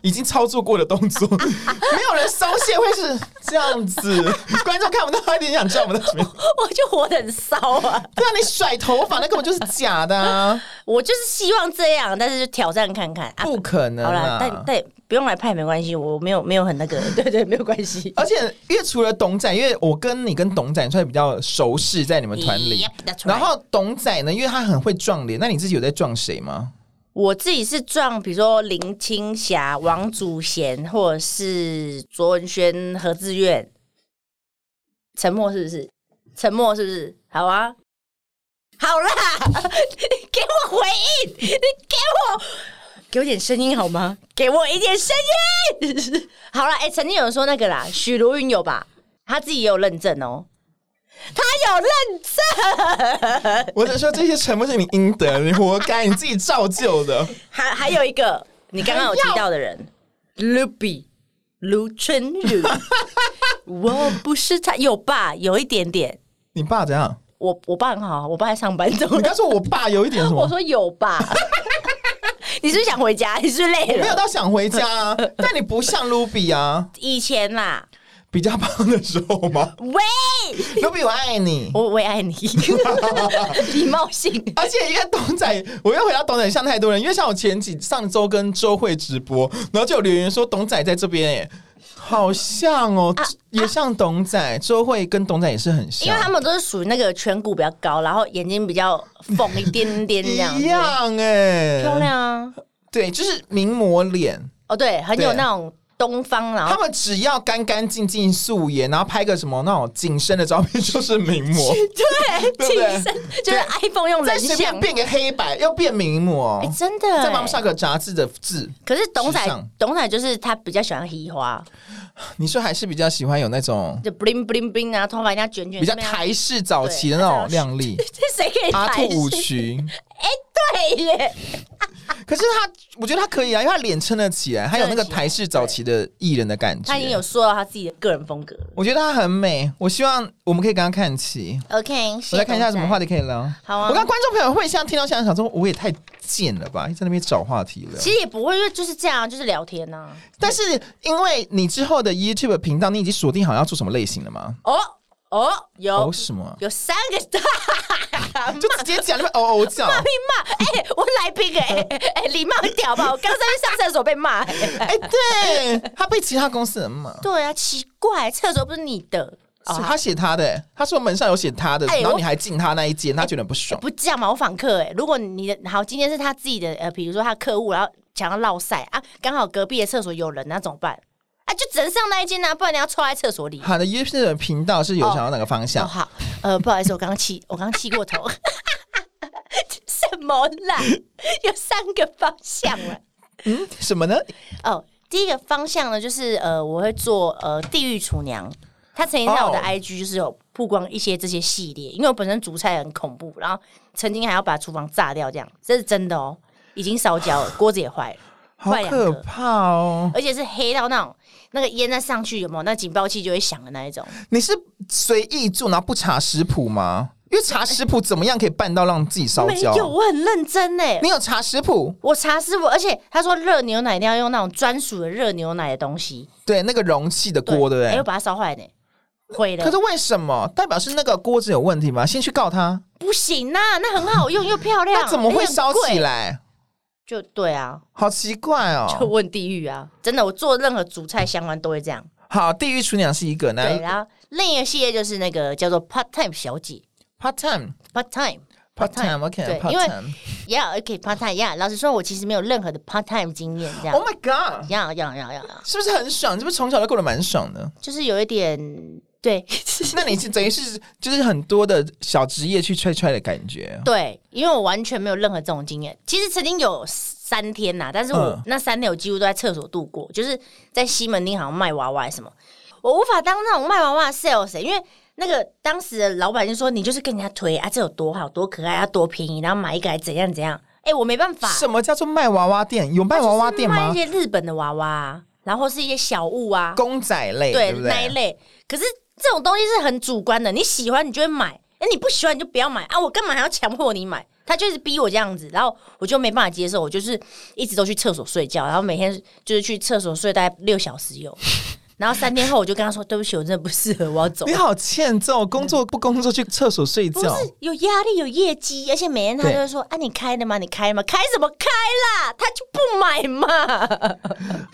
[SPEAKER 2] 已经操作过的动 作，没有人松懈会是这样子，观众看不到，他一点想知道我们在什么。
[SPEAKER 1] 我就活得很骚啊，
[SPEAKER 2] 对啊，你甩头发那根本就是假的、 啊，
[SPEAKER 1] 我就是希望这样，但是就挑战看看啊。
[SPEAKER 2] 不可能
[SPEAKER 1] 好啦，但
[SPEAKER 2] 啊！
[SPEAKER 1] 但不用来拍也没关系，我没有没有很那个， 对对，没有关系。
[SPEAKER 2] 而且，因为除了董仔，因为我跟你跟董仔算比较熟识，在你们团里。
[SPEAKER 1] Yep, that's right
[SPEAKER 2] 然后董仔呢，因为他很会撞脸，那你自己有在撞谁吗？
[SPEAKER 1] 我自己是撞，比如说林青霞、王祖贤，或者是卓文萱、何志远，沉默是不是？沉默是不是？好啊，好啦，你给我回应，你给我给我点声音好吗？给我一点声音。好啦，哎、曾经有人说那个啦，许茹芸有吧？她自己也有认证哦，她有认证。
[SPEAKER 2] 我只说这些沉默是你应得，你活该，你自己造就的。
[SPEAKER 1] 还还有一个，你刚刚有提到的人，Ruby 卢春雨， 我不是他，有吧？有一点点，
[SPEAKER 2] 你爸怎 样？
[SPEAKER 1] 我我爸很好，啊我爸在上班中
[SPEAKER 2] 你。刚说我爸有一点什么？
[SPEAKER 1] 我说有吧？ 你是不是想回家？你是不是累
[SPEAKER 2] 没有
[SPEAKER 1] 了？
[SPEAKER 2] 到想回家、 啊，但你不像卢比啊，
[SPEAKER 1] 以前啦，
[SPEAKER 2] 比较胖的时候吗？
[SPEAKER 1] 喂，
[SPEAKER 2] 卢比，我爱你。
[SPEAKER 1] 我我也 爱你，礼貌性。
[SPEAKER 2] 而且因为董仔，我又回到董仔像太多人，因为像我前几上周跟周慧直播，然后就有留言说董仔在这边哎、好像哦，也像董仔，周慧跟董仔也是很像，
[SPEAKER 1] 啊因为他们都是属于那个颧骨比较高，然后眼睛比较缝 一点点这样子
[SPEAKER 2] 一样哎、
[SPEAKER 1] 漂亮啊！
[SPEAKER 2] 对，就是名模脸。
[SPEAKER 1] 哦，对，很有
[SPEAKER 2] 对
[SPEAKER 1] 那种东方，然后
[SPEAKER 2] 他们只要干干净净素颜，然后拍个什么那种紧身的照片，就是名模。
[SPEAKER 1] 对，
[SPEAKER 2] 对不对
[SPEAKER 1] 亲身就是 iPhone 用
[SPEAKER 2] 再
[SPEAKER 1] 人
[SPEAKER 2] 随
[SPEAKER 1] 像
[SPEAKER 2] 便，变个黑白，又变名模
[SPEAKER 1] 啊哎，，真的哎
[SPEAKER 2] 再帮他们上个杂志的字。
[SPEAKER 1] 可是董
[SPEAKER 2] 时
[SPEAKER 1] 仔
[SPEAKER 2] 尚，
[SPEAKER 1] 董仔就是他比较喜欢黑花，
[SPEAKER 2] 你说还是比较喜欢有那种
[SPEAKER 1] 就 bling bling bling 啊，头发人家卷卷，
[SPEAKER 2] 比较
[SPEAKER 1] 这边啊，
[SPEAKER 2] 台式早期的那种靓 丽，
[SPEAKER 1] 这谁可以
[SPEAKER 2] 阿
[SPEAKER 1] 排
[SPEAKER 2] 兔舞
[SPEAKER 1] 斥
[SPEAKER 2] 裙。
[SPEAKER 1] 对耶，
[SPEAKER 2] 可是他，我觉得他可以啊，因为他脸撑得起来，还有那个
[SPEAKER 1] 撑得起来
[SPEAKER 2] 台式早期的艺人的感觉。
[SPEAKER 1] 他已经有，说到他自己的个人风格了。
[SPEAKER 2] 我觉得他很美，我希望我们可以跟他看齐。
[SPEAKER 1] OK，
[SPEAKER 2] 我来看一下什么话
[SPEAKER 1] 题。
[SPEAKER 2] 题可以聊。
[SPEAKER 1] 好啊
[SPEAKER 2] 我看观众朋友会像听到现在想说，我也太贱了吧，一直在那边找话题了。
[SPEAKER 1] 其实也不会，因为就是这样，就是聊天啊呐、
[SPEAKER 2] 但是因为你之后的 YouTube 频道，你已经锁定好要做什么类型了吗？
[SPEAKER 1] 哦哦，有、
[SPEAKER 2] 哦什么啊？
[SPEAKER 1] 有三个大
[SPEAKER 2] 就直接讲，就边哦哦叫。
[SPEAKER 1] 骂， 哎、我来宾 哎哎礼貌一点好不好？我刚上去上厕所被骂、哎
[SPEAKER 2] 哎，对，他被其他公司人骂，
[SPEAKER 1] 对啊，奇怪，厕所不是你的。哦
[SPEAKER 2] 是他写他的，欸他说门上有写他的，
[SPEAKER 1] 哎
[SPEAKER 2] 然后
[SPEAKER 1] 我哎
[SPEAKER 2] 你还进他那一间，他觉得很不爽。
[SPEAKER 1] 不这样嘛，我访客哎、欸，如果你的好，今天是他自己的呃，比如说他客户，然后想要落塞啊，刚好隔壁的厕所有人，那怎么办？啊，就只能上那一间啊，不然你要臭在厕所里。
[SPEAKER 2] 好的 YouTube 频道是有
[SPEAKER 1] 哦
[SPEAKER 2] 想要哪个方
[SPEAKER 1] 哦，
[SPEAKER 2] 向？
[SPEAKER 1] 好，呃，不好意思，我刚刚气，我刚刚气过头。 什么啦？有三个方向了。
[SPEAKER 2] 什么呢？
[SPEAKER 1] 哦，第一个方向呢，就是呃，我会做呃地狱厨娘。她曾经在我的
[SPEAKER 2] 哦
[SPEAKER 1] IG 就是有曝光一些这些系列，因为我本身煮菜很恐怖，然后曾经还要把厨房炸掉，这样这是真的哦，已经烧焦了，锅子也坏了，
[SPEAKER 2] 好
[SPEAKER 1] 坏两
[SPEAKER 2] 可
[SPEAKER 1] 个，
[SPEAKER 2] 怕哦！
[SPEAKER 1] 而且是黑到那种那个烟在上去有没有？那警报器就会响的那一种。
[SPEAKER 2] 你是随意做，然后不查食谱吗？因为查食谱怎么样可以办到让自己烧
[SPEAKER 1] 没
[SPEAKER 2] 焦？
[SPEAKER 1] 有，我很认真呢。
[SPEAKER 2] 你有查食谱？
[SPEAKER 1] 我查师傅，而且他说热牛奶一定要用那种专属的热牛奶的东西，
[SPEAKER 2] 对，那个容器的锅，对不
[SPEAKER 1] 哎
[SPEAKER 2] 对
[SPEAKER 1] 又？把它烧坏呢，毁了。
[SPEAKER 2] 可是为什么？代表是那个锅子有问题吗？先去告他，
[SPEAKER 1] 不行呐、那很好用又漂 亮，
[SPEAKER 2] 那怎么会烧
[SPEAKER 1] 啊而且很
[SPEAKER 2] 起
[SPEAKER 1] 贵？
[SPEAKER 2] 来？
[SPEAKER 1] 就对啊，
[SPEAKER 2] 好奇怪哦！
[SPEAKER 1] 就问地狱啊！真的，我做任何主菜相关都会这样。
[SPEAKER 2] 好，地狱厨娘是一个，那
[SPEAKER 1] 对，然后另一个系列就是那个叫做 part time 小姐
[SPEAKER 2] part time
[SPEAKER 1] part time。
[SPEAKER 2] part
[SPEAKER 1] time，
[SPEAKER 2] time OK
[SPEAKER 1] 对
[SPEAKER 2] part
[SPEAKER 1] 因为
[SPEAKER 2] time。
[SPEAKER 1] Yeah, OK, part time. Yeah，老实说，我其实没有任何的 part time 经验，这样
[SPEAKER 2] Oh。my Oh god！
[SPEAKER 1] 要要要要要，
[SPEAKER 2] 是不是很爽？你是不是从小就过得蛮爽 的？
[SPEAKER 1] 就是有一点对
[SPEAKER 2] 那你是等于是就是很多的小职业去踹踹的感觉。
[SPEAKER 1] 对，因为我完全没有任何这种经验。其实曾经有三天呐、但是我、
[SPEAKER 2] 嗯
[SPEAKER 1] 那三天我几乎都在厕所度过，就是在西门町好像卖娃娃什么，我无法当那种卖娃娃的 sales，、因为那个当时的老板就说你就是跟人家推啊，这有多好多可爱啊，多便宜，然后买一个还怎样怎样，哎、我没办法，
[SPEAKER 2] 什么叫做卖娃娃店？有卖娃娃店
[SPEAKER 1] 卖
[SPEAKER 2] 吗
[SPEAKER 1] 一？些日本的娃娃、啊，然后是一些小物啊，
[SPEAKER 2] 公仔类，
[SPEAKER 1] 对
[SPEAKER 2] 对不
[SPEAKER 1] 那一
[SPEAKER 2] 对？
[SPEAKER 1] 类。可是这种东西是很主观的，你喜欢你就会买，哎，你不喜欢你就不要买啊！我干嘛还要强迫你买？他就是逼我这样子，然后我就没办法接受，我就是一直都去厕所睡觉，然后每天就是去厕所睡大概六小时有， 然后三天后我就跟他说：“对不起，我真的不适合，我要走。
[SPEAKER 2] 你”好欠揍，哦工作不工作去厕所睡
[SPEAKER 1] 嗯不是
[SPEAKER 2] 觉，
[SPEAKER 1] 有压力有业绩，而且每天他
[SPEAKER 2] 对
[SPEAKER 1] 就会说：“啊，你开的吗？你开吗？开什么开啦？他就不买嘛。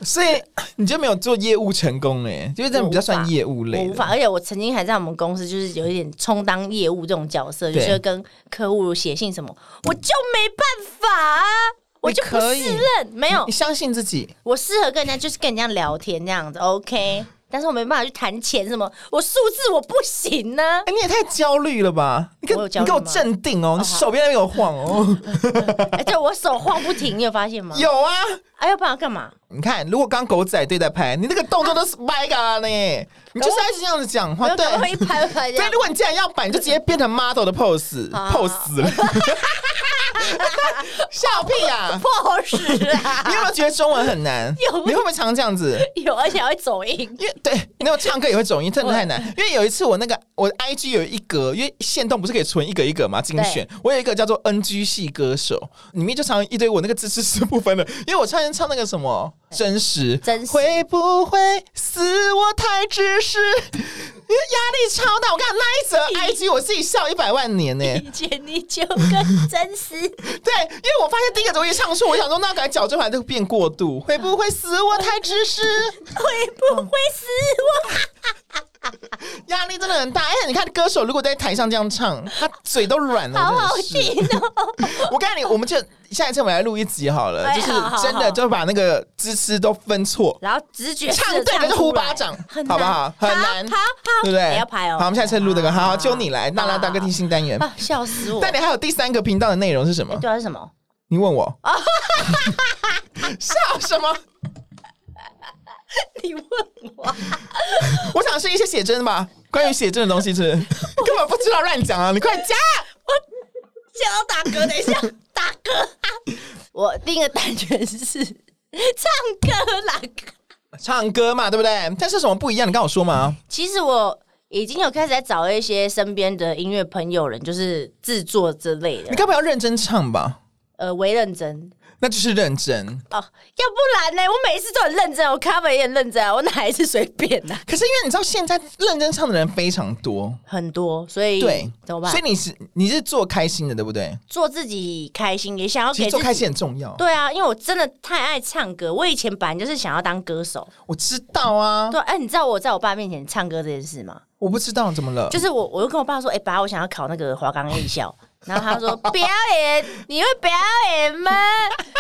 [SPEAKER 2] 所以你就没有做业务成功哎，就是这样比较算业务”
[SPEAKER 1] 我
[SPEAKER 2] 类
[SPEAKER 1] 无
[SPEAKER 2] 的。
[SPEAKER 1] 法，而且我曾经还在我们公司就是有一点充当业务这种角色，就
[SPEAKER 2] 对
[SPEAKER 1] 是会跟客户写信什么，我就没办法啊，我就不
[SPEAKER 2] 可以
[SPEAKER 1] 适任，没有
[SPEAKER 2] 你，相信自己，
[SPEAKER 1] 我适合跟人家就是跟人家聊天这样子，OK。但是我没办法去谈钱什么，我数字我不行呢、
[SPEAKER 2] 哎、你也太焦虑了吧！你给
[SPEAKER 1] 我有焦
[SPEAKER 2] 你给
[SPEAKER 1] 虑吗
[SPEAKER 2] 我镇定哦，你手边那边有晃哦。
[SPEAKER 1] 而且哎我手晃不停，你有发现吗？
[SPEAKER 2] 有啊，
[SPEAKER 1] 哎，要不然干嘛？
[SPEAKER 2] 你看，如果刚狗仔队在拍，你那个动作都是掰嘎呢，你就是要一直这样子讲话，
[SPEAKER 1] 我
[SPEAKER 2] 啊对
[SPEAKER 1] 可。能会一拍一拍这
[SPEAKER 2] 对，
[SPEAKER 1] 样
[SPEAKER 2] 如。果你既然要摆，你就直接变成 model 的 pose
[SPEAKER 1] 好
[SPEAKER 2] pose 了， 笑屁 啊！
[SPEAKER 1] 不使啊，
[SPEAKER 2] 你有没有觉得中文很难？
[SPEAKER 1] 有
[SPEAKER 2] 你会不会常这样子？
[SPEAKER 1] 有而且还会走音。
[SPEAKER 2] 因为对，那我唱歌也会走音，真的太难。
[SPEAKER 1] 嗯
[SPEAKER 2] 因为有一次我那个我 IG 有一格，因为限动不是可以存一格一格嘛，精选。我有一个叫做 NG 系歌手，里面就常一堆我那个知识是不分的，因为我唱唱那个什么真实，
[SPEAKER 1] 真实
[SPEAKER 2] 会不会是我太自私？因为压力超大，我看那一则 IG 我自己笑一百万年呢、
[SPEAKER 1] 以前你就跟真实，
[SPEAKER 2] 对，因为我发现第一个东西唱错，我想说那感觉矫正完就变过度，会不会是我太自私？
[SPEAKER 1] 会不会是我？
[SPEAKER 2] 压力真的很大，而哎且你看歌手如果在台上这样唱，他嘴都软了。
[SPEAKER 1] 好好
[SPEAKER 2] 真的是
[SPEAKER 1] 听哦！
[SPEAKER 2] 我告诉你，我们就下一次我们来录一集好了，
[SPEAKER 1] 哎
[SPEAKER 2] 就是
[SPEAKER 1] 好好
[SPEAKER 2] 真
[SPEAKER 1] 好
[SPEAKER 2] 的就把那个姿势都分错，
[SPEAKER 1] 然后直觉
[SPEAKER 2] 唱对了就呼巴掌，好不好？很难，
[SPEAKER 1] 好好，
[SPEAKER 2] 对不对？
[SPEAKER 1] 也要拍哦。
[SPEAKER 2] 好，我们下一次录这个，好，
[SPEAKER 1] 好
[SPEAKER 2] 好就你来，娜拉大哥听新单元。
[SPEAKER 1] 啊，笑死我！
[SPEAKER 2] 但你还有第三个频道的内容是什么
[SPEAKER 1] 哎，？对啊，是 什么？
[SPEAKER 2] 你问 我，笑什么？
[SPEAKER 1] 你问我，
[SPEAKER 2] 我想是一些写真吧，关于写真的东西是，根本不知道乱讲啊！你快加，
[SPEAKER 1] 想要打嗝，等一下，打嗝。
[SPEAKER 2] 啊
[SPEAKER 1] 我第一个单元是唱歌啦。
[SPEAKER 2] 唱歌嘛，对不对？但是有什么不一样？你跟我说嘛。
[SPEAKER 1] 其实我已经有开始在找一些身边的音乐朋友人，就是制作之类
[SPEAKER 2] 你
[SPEAKER 1] 的，
[SPEAKER 2] 该不要认真唱吧？
[SPEAKER 1] 呃，为认真。
[SPEAKER 2] 那就是认真。
[SPEAKER 1] 哦，要不然呢？我每一次都很认真，我 cover 也很认真啊，我哪一次随便呐、啊？
[SPEAKER 2] 可是因为你知道，现在认真唱的人非常多，
[SPEAKER 1] 很多，所以
[SPEAKER 2] 对，
[SPEAKER 1] 怎么办
[SPEAKER 2] 所以？你是你是做开心的，对不对？
[SPEAKER 1] 做自己开心，也想要
[SPEAKER 2] 其
[SPEAKER 1] 给
[SPEAKER 2] 实做开
[SPEAKER 1] 自己。
[SPEAKER 2] 心很重要，
[SPEAKER 1] 对啊，因为我真的太爱唱歌，我以前本来就是想要当歌手。
[SPEAKER 2] 我知道啊，
[SPEAKER 1] 对，哎、你知道我在我爸面前唱歌这件事吗？
[SPEAKER 2] 我不知道怎么了，
[SPEAKER 1] 就是我，我就跟我爸说，哎、爸，我想要考那个华冈艺校。 然后他说表演，你会表演吗？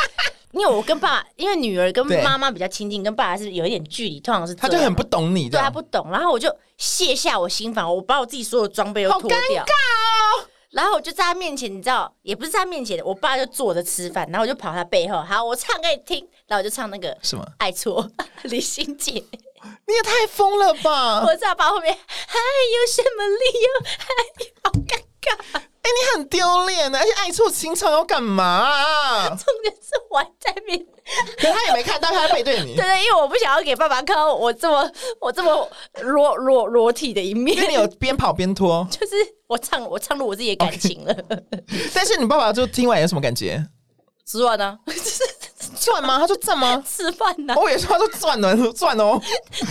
[SPEAKER 1] 因为我跟爸，因为女儿跟
[SPEAKER 2] 对
[SPEAKER 1] 妈妈比较亲近，跟爸爸是有一点距离，通常是
[SPEAKER 2] 他
[SPEAKER 1] 这
[SPEAKER 2] 就
[SPEAKER 1] 样
[SPEAKER 2] 很不懂你，
[SPEAKER 1] 对
[SPEAKER 2] 这
[SPEAKER 1] 他
[SPEAKER 2] 样
[SPEAKER 1] 不懂，然后我就卸下我心房，我把我自己所有装备都
[SPEAKER 2] 好
[SPEAKER 1] 脱
[SPEAKER 2] 尴尬
[SPEAKER 1] 掉，
[SPEAKER 2] 哦。
[SPEAKER 1] 然后我就在他面前，你知道，也不是在他面前，我爸就坐着吃饭，然后我就跑他背后，好，我唱给你听，然后我就唱那个
[SPEAKER 2] 什么？
[SPEAKER 1] 爱错 李心洁，
[SPEAKER 2] 你也太疯了吧！哎、
[SPEAKER 1] 我在爸后面还有什么理由？还好尴尬，
[SPEAKER 2] 哎你很丢脸的，而且爱错情场要干嘛、 啊？
[SPEAKER 1] 重点是我还在面，对
[SPEAKER 2] 可是他也没看到，他在背对你，
[SPEAKER 1] 对，因为我不想要给爸爸看到我这么 我这么裸裸裸体的一
[SPEAKER 2] 因为你
[SPEAKER 1] 面，
[SPEAKER 2] 有边跑边拖。
[SPEAKER 1] 就是我唱我唱入我自己的感情了，
[SPEAKER 2] 但是你爸爸就听完有什么感 觉？
[SPEAKER 1] 之外
[SPEAKER 2] 啊
[SPEAKER 1] 呢， 就是
[SPEAKER 2] 赚吗？他说赚 吗？
[SPEAKER 1] 吃饭呢、啊
[SPEAKER 2] 我也说他说赚了，赚哦。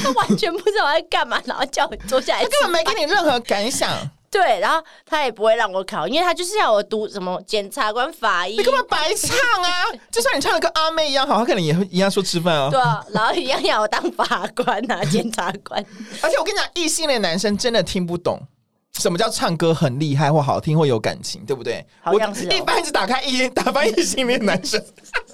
[SPEAKER 1] 他完全不知道我在干嘛，然后叫我坐下来
[SPEAKER 2] 他
[SPEAKER 1] 吃
[SPEAKER 2] 根本没
[SPEAKER 1] 饭
[SPEAKER 2] 给你任何感想，
[SPEAKER 1] 对，然后他也不会让我考，因为他就是要我读什么检察官、法医
[SPEAKER 2] 你，根本白唱 啊！就算你唱的跟阿妹一样好，他可能也会一样说吃饭
[SPEAKER 1] 对
[SPEAKER 2] 哦。
[SPEAKER 1] 啊，然后一样要我当法官啊、检察官。
[SPEAKER 2] 而且我跟你讲，异性恋男生真的听不懂。什么叫唱歌很厉害或好听或有感情，对不对？
[SPEAKER 1] 好像是哦
[SPEAKER 2] 我一般只打开异打翻异性恋男生，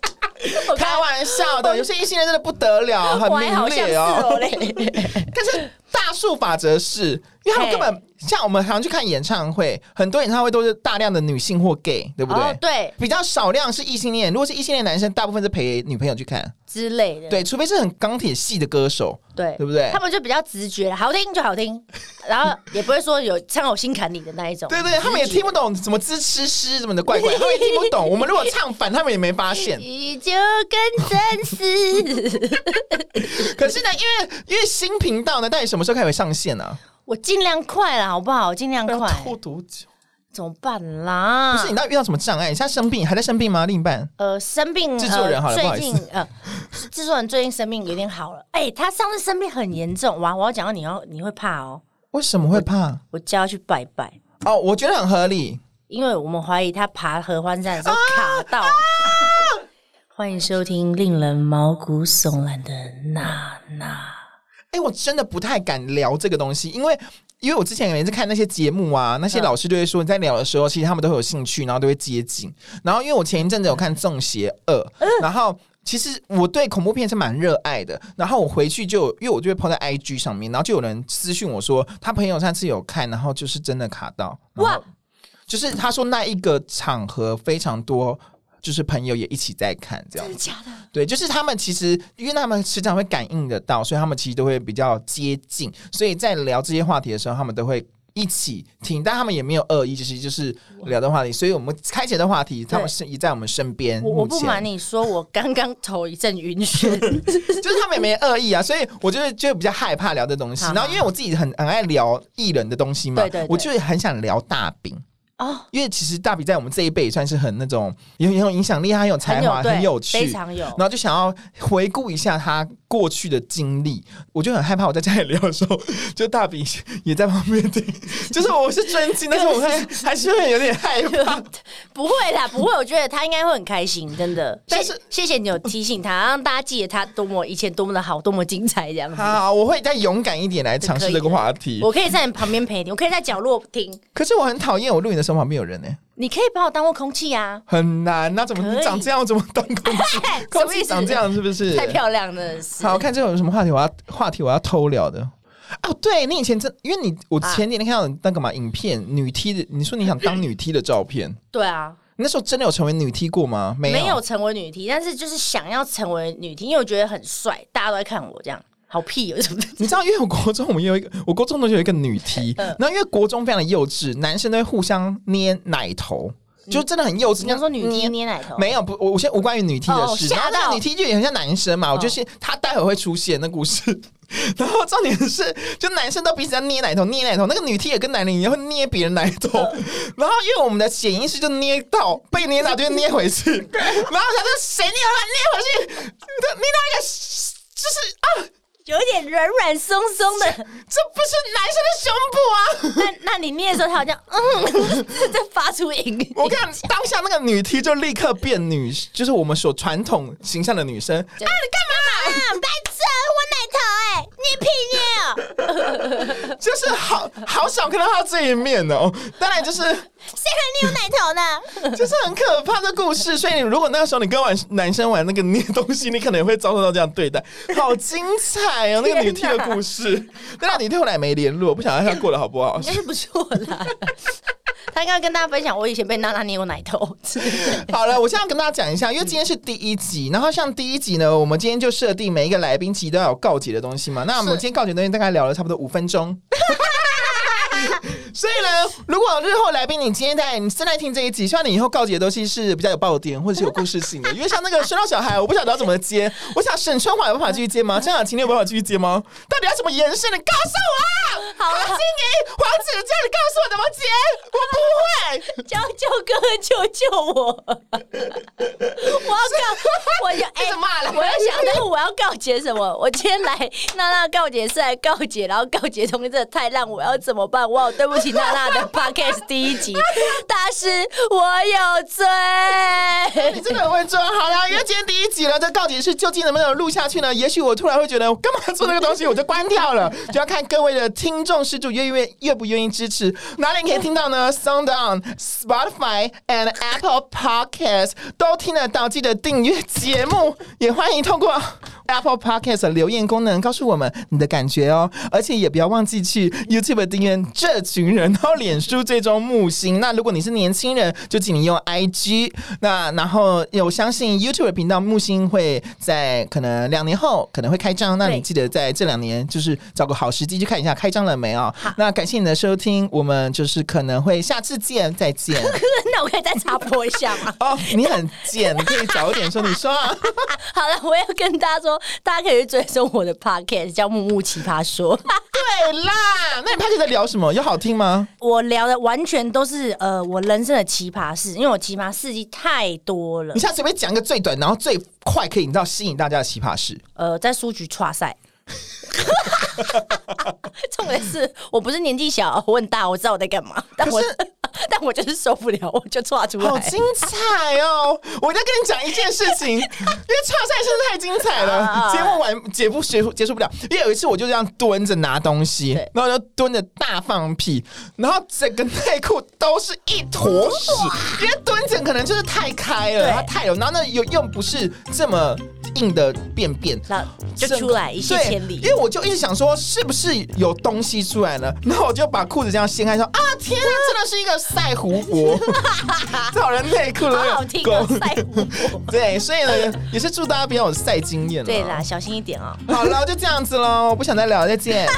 [SPEAKER 1] 我
[SPEAKER 2] 开玩笑的，有些异性恋真的不得了，很
[SPEAKER 1] 我还好
[SPEAKER 2] 明
[SPEAKER 1] 像
[SPEAKER 2] 烈
[SPEAKER 1] 是哦
[SPEAKER 2] 哦。
[SPEAKER 1] 嘞，
[SPEAKER 2] 但是大数法则是，因为他们根本像我们常去看演唱会，很多演唱会都是大量的女性或 gay，对不对？
[SPEAKER 1] 哦对
[SPEAKER 2] 比较少量是异性恋，如果是异性恋男生，大部分是陪女朋友去看。
[SPEAKER 1] 之类的，
[SPEAKER 2] 对，除非是很钢铁系的歌手，
[SPEAKER 1] 对
[SPEAKER 2] 对不对
[SPEAKER 1] 他们就比较直觉，好听就好听，然后也不会说有唱我心坎里的那一种。
[SPEAKER 2] 对对，他们也听不懂什么知吃诗什么的怪怪，他们也听不懂。我们如果唱反，他们也没发现。
[SPEAKER 1] 你就跟真 实，
[SPEAKER 2] 可是呢，因为因为新频道呢，到底什么时候开始上线呢、
[SPEAKER 1] 我尽量快啦，好不好？我尽量
[SPEAKER 2] 啊？
[SPEAKER 1] 快，
[SPEAKER 2] 多久？
[SPEAKER 1] 怎么办啦？
[SPEAKER 2] 不是，你到底遇到什么障碍？你现在生病还在生病吗？另一半？
[SPEAKER 1] 呃，生病
[SPEAKER 2] 制作人好了
[SPEAKER 1] 呃、
[SPEAKER 2] 不好
[SPEAKER 1] 最
[SPEAKER 2] 意
[SPEAKER 1] 近
[SPEAKER 2] 思
[SPEAKER 1] 呃，制作人最近生病有点好了。哎、他上次生病很严重，哇！我要讲到你要你会怕哦，
[SPEAKER 2] 为什么会怕？
[SPEAKER 1] 我叫他去拜拜，
[SPEAKER 2] 哦，我觉得很合理。
[SPEAKER 1] 因为我们怀疑他爬合欢山的时候卡到。欢迎收听令人毛骨悚然的娜娜，
[SPEAKER 2] 哎、我真的不太敢聊这个东西，因为。因为我之前每次看那些节目啊，那些
[SPEAKER 1] 嗯
[SPEAKER 2] 老师都会说，你在聊的时候，其实他们都会有兴趣，然后都会接近。然后，因为我前一阵子有看《中邪二》，然后其实我对恐怖片是蛮热爱的。然后我回去就有因为我就会抛在 IG 上面，然后就有人私讯我说，他朋友上次有看，然后就是真的卡到，哇
[SPEAKER 1] 哇，
[SPEAKER 2] 就是他说那一个场合非常多。就是朋友也一起在看，这样
[SPEAKER 1] 真的假的？
[SPEAKER 2] 对，就是他们其实，因为他们时常会感应得到，所以他们其实都会比较接近，所以在聊这些话题的时候，他们都会一起听，但他们也没有恶意，就是就是聊的话题，所以我们开启的话题，他们是也在我们身边。
[SPEAKER 1] 我我
[SPEAKER 2] 目
[SPEAKER 1] 不
[SPEAKER 2] 前
[SPEAKER 1] 瞒你说，我刚刚头一阵晕眩，
[SPEAKER 2] 就是他们也没恶意啊，所以我就是就比较害怕聊这东西。
[SPEAKER 1] 好好
[SPEAKER 2] 然后因为我自己很很爱聊艺人的东西嘛，
[SPEAKER 1] 对对对
[SPEAKER 2] 我就是很想聊大饼。
[SPEAKER 1] 哦，
[SPEAKER 2] 因为其实大饼在我们这一辈也算是很那种有很有影响力，他很有 才
[SPEAKER 1] 很
[SPEAKER 2] 华，
[SPEAKER 1] 有对，
[SPEAKER 2] 很有趣，
[SPEAKER 1] 非常有。
[SPEAKER 2] 然后就想要回顾一下他过去的经历，我就很害怕我在家里聊的时候，就大饼也在旁边听，就是我是专 心，但是我还还是会有点害怕。
[SPEAKER 1] 不会啦，不会，我觉得他应该会很开心，真的。
[SPEAKER 2] 但
[SPEAKER 1] 谢
[SPEAKER 2] 是
[SPEAKER 1] 谢谢你有提醒他，让大家记得他多么以前多么的好，多么精彩这 样子。
[SPEAKER 2] 好，我会再勇敢一点来尝试这个话题。
[SPEAKER 1] 我可以在你旁边陪你，我可以在角落听，
[SPEAKER 2] 可是我很讨厌我录影的时候旁边有人呢、欸
[SPEAKER 1] 你可以把我当做空气啊，
[SPEAKER 2] 很难。那怎么
[SPEAKER 1] 可以
[SPEAKER 2] 你长这样，我怎么当空气？空
[SPEAKER 1] 什么意
[SPEAKER 2] 气
[SPEAKER 1] 思
[SPEAKER 2] 长这样是不是？
[SPEAKER 1] 太漂亮了，是
[SPEAKER 2] 好，看这有什么话题？我要话题我要偷聊的。哦，对你以前真，因为你我
[SPEAKER 1] 啊
[SPEAKER 2] 前几天看到你那个嘛影片女 T 的，你说你想当女 T 的照 片。
[SPEAKER 1] 对啊，
[SPEAKER 2] 你那时候真的有成为女 T 过吗？没有，
[SPEAKER 1] 没有成为女 T，但是就是想要成为女 T，因为我觉得很帅，大家都在看我这样，好屁哦，什么的。
[SPEAKER 2] 你知道，因为我国中我们有一个，我国中同学有一个女 T，
[SPEAKER 1] 嗯
[SPEAKER 2] 然后因为国中非常的幼稚，男生都会互相捏奶头，就真的很幼稚。
[SPEAKER 1] 嗯
[SPEAKER 2] 嗯
[SPEAKER 1] 你要说女 T
[SPEAKER 2] 捏
[SPEAKER 1] 捏奶头，
[SPEAKER 2] 没有不，我我先无关于女 T 的
[SPEAKER 1] 哦
[SPEAKER 2] 事。
[SPEAKER 1] 吓
[SPEAKER 2] 然后那
[SPEAKER 1] 到嗯
[SPEAKER 2] 个女 T 就也很像男生嘛，我就是她待会会出现那故事。 然后重点是，就男生都彼此在捏奶头，捏奶头。那个女 T 也跟男人一样会捏别人奶头。
[SPEAKER 1] 嗯
[SPEAKER 2] 然后因为我们的潜意识就捏到被捏到就会捏回 去，然后他说谁捏了捏回去，捏到一个就是啊。
[SPEAKER 1] 有一点软软松 松的。
[SPEAKER 2] 这不是男生的胸部啊！
[SPEAKER 1] 那那你捏的时候，他好像嗯， 在发出音。
[SPEAKER 2] 我看当下那个女 T 就立刻变女，就是我们所传统形象的女生。
[SPEAKER 1] 啊，你干嘛、啊？白痴，我奶头哎、你屁捏哦！
[SPEAKER 2] 就是好好少看到她这一面哦。当然就是
[SPEAKER 1] 谁喊你有奶头呢？
[SPEAKER 2] 就是很可怕的故事，所以如果那个时候你跟玩男生玩那个捏东西，你可能会遭受到这样对待。好精彩哦，那个女 T
[SPEAKER 1] 天
[SPEAKER 2] 的
[SPEAKER 1] 哪
[SPEAKER 2] 故事。但那女 T 后来没联络，我不晓得她过得好 不好
[SPEAKER 1] 应。该是不错啦。他刚刚跟大家分享，我以前被娜娜捏过奶头，
[SPEAKER 2] 好了，我现在要跟大家讲一下，因为今天是第一集，然后像第一集呢，我们今天就设定每一个来宾其实都要有告解的东西嘛。那我们
[SPEAKER 1] 是
[SPEAKER 2] 今天告解的东西大概聊了差不多五分钟。所以呢，如果日后来宾你今天在你正在听这一集，希望你以后告解的东西是比较有爆点或者是有故事性的。因为像那个生到小孩，我不晓得要怎么接。我想沈春华有办法继续接吗？张小晴你有办法继续接吗？ 到底要什么延伸？你告诉我！
[SPEAKER 1] 好了啊
[SPEAKER 2] 黄心怡、黄子佳，你告诉我怎么接？我不会。
[SPEAKER 1] 娇娇哥救救我！我要告，我要哎
[SPEAKER 2] 一直骂人
[SPEAKER 1] 我要想到我要告解什么？我今天来娜娜告解是来告解，然后告解东西真的太烂，我要怎么办？我好对不起娜娜的 podcast 第一集，大师我有罪。
[SPEAKER 2] 你真的很会做。好啦，因为今天第一集了，这到底是究竟能不能录下去呢？也许我突然会觉得，我干嘛做这个东西，我就关掉了，就要看各位的听众施主愿不愿愿不愿意支持。哪里可以听到呢？Sound On、Spotify and Apple Podcast 都听得到，记得订阅节目，也欢迎通过。Apple Podcast 的留言功能告诉我们你的感觉哦，而且也不要忘记去 YouTube 订阅这群人，然后脸书追踪木星。那如果你是年轻人，就请你用 IG。那然后有相信 YouTube 频道木星会在可能两年后可能会开张，那
[SPEAKER 1] 对
[SPEAKER 2] 你记得在这两年就是找个好时机去看一下开张了没哦。那感谢你的收听，我们就是可能会下次见，再见。
[SPEAKER 1] 那我可以再插播一下吗？
[SPEAKER 2] 哦，你很贱，你可以早一点说，你说啊。
[SPEAKER 1] 好了，我要跟大家说，大家可以去追踪我的 podcast，叫木木奇葩说。
[SPEAKER 2] 对啦，那你拍戏在聊什么？有好听吗？
[SPEAKER 1] 我聊的完全都是呃我人生的奇葩事，因为我奇葩事迹太多了
[SPEAKER 2] 你。现在随便讲一个最短，然后最快可以你知道吸引大家的奇葩事。
[SPEAKER 1] 呃，在书局跨 赛。重点是我不是年纪小，我很大，我知道我在干嘛。但
[SPEAKER 2] 可
[SPEAKER 1] 我
[SPEAKER 2] 是
[SPEAKER 1] 但我就是受不了，我就岔出
[SPEAKER 2] 好
[SPEAKER 1] 来。
[SPEAKER 2] 精彩哦！我再跟你讲一件事情，因 为叉赛真的太精彩
[SPEAKER 1] 啊
[SPEAKER 2] 了，节目完结不结束结束不了。因为有一次我就这样蹲着拿东西
[SPEAKER 1] 对，
[SPEAKER 2] 然后就蹲着大放屁，然后整个内裤都是一坨屎，因为蹲着可能就是太开了，
[SPEAKER 1] 对
[SPEAKER 2] 它太有，然后那又又不是这么硬的便便，
[SPEAKER 1] 那就出来一泻
[SPEAKER 2] 对
[SPEAKER 1] 千里
[SPEAKER 2] 因为我就一直想说，是不是有东西出来了？ 然后我就把裤子这样掀开，说啊，天 啊，真的是一个赛胡伯，这好人内裤
[SPEAKER 1] 好
[SPEAKER 2] 都
[SPEAKER 1] 好
[SPEAKER 2] 有
[SPEAKER 1] 听 哦
[SPEAKER 2] 狗，。
[SPEAKER 1] 赛 虎。
[SPEAKER 2] 对，所以呢，也是祝大家比较有赛经验。啊
[SPEAKER 1] 对啦，，小心一点哦。
[SPEAKER 2] 好了，就这样子喽，不想再聊，再见。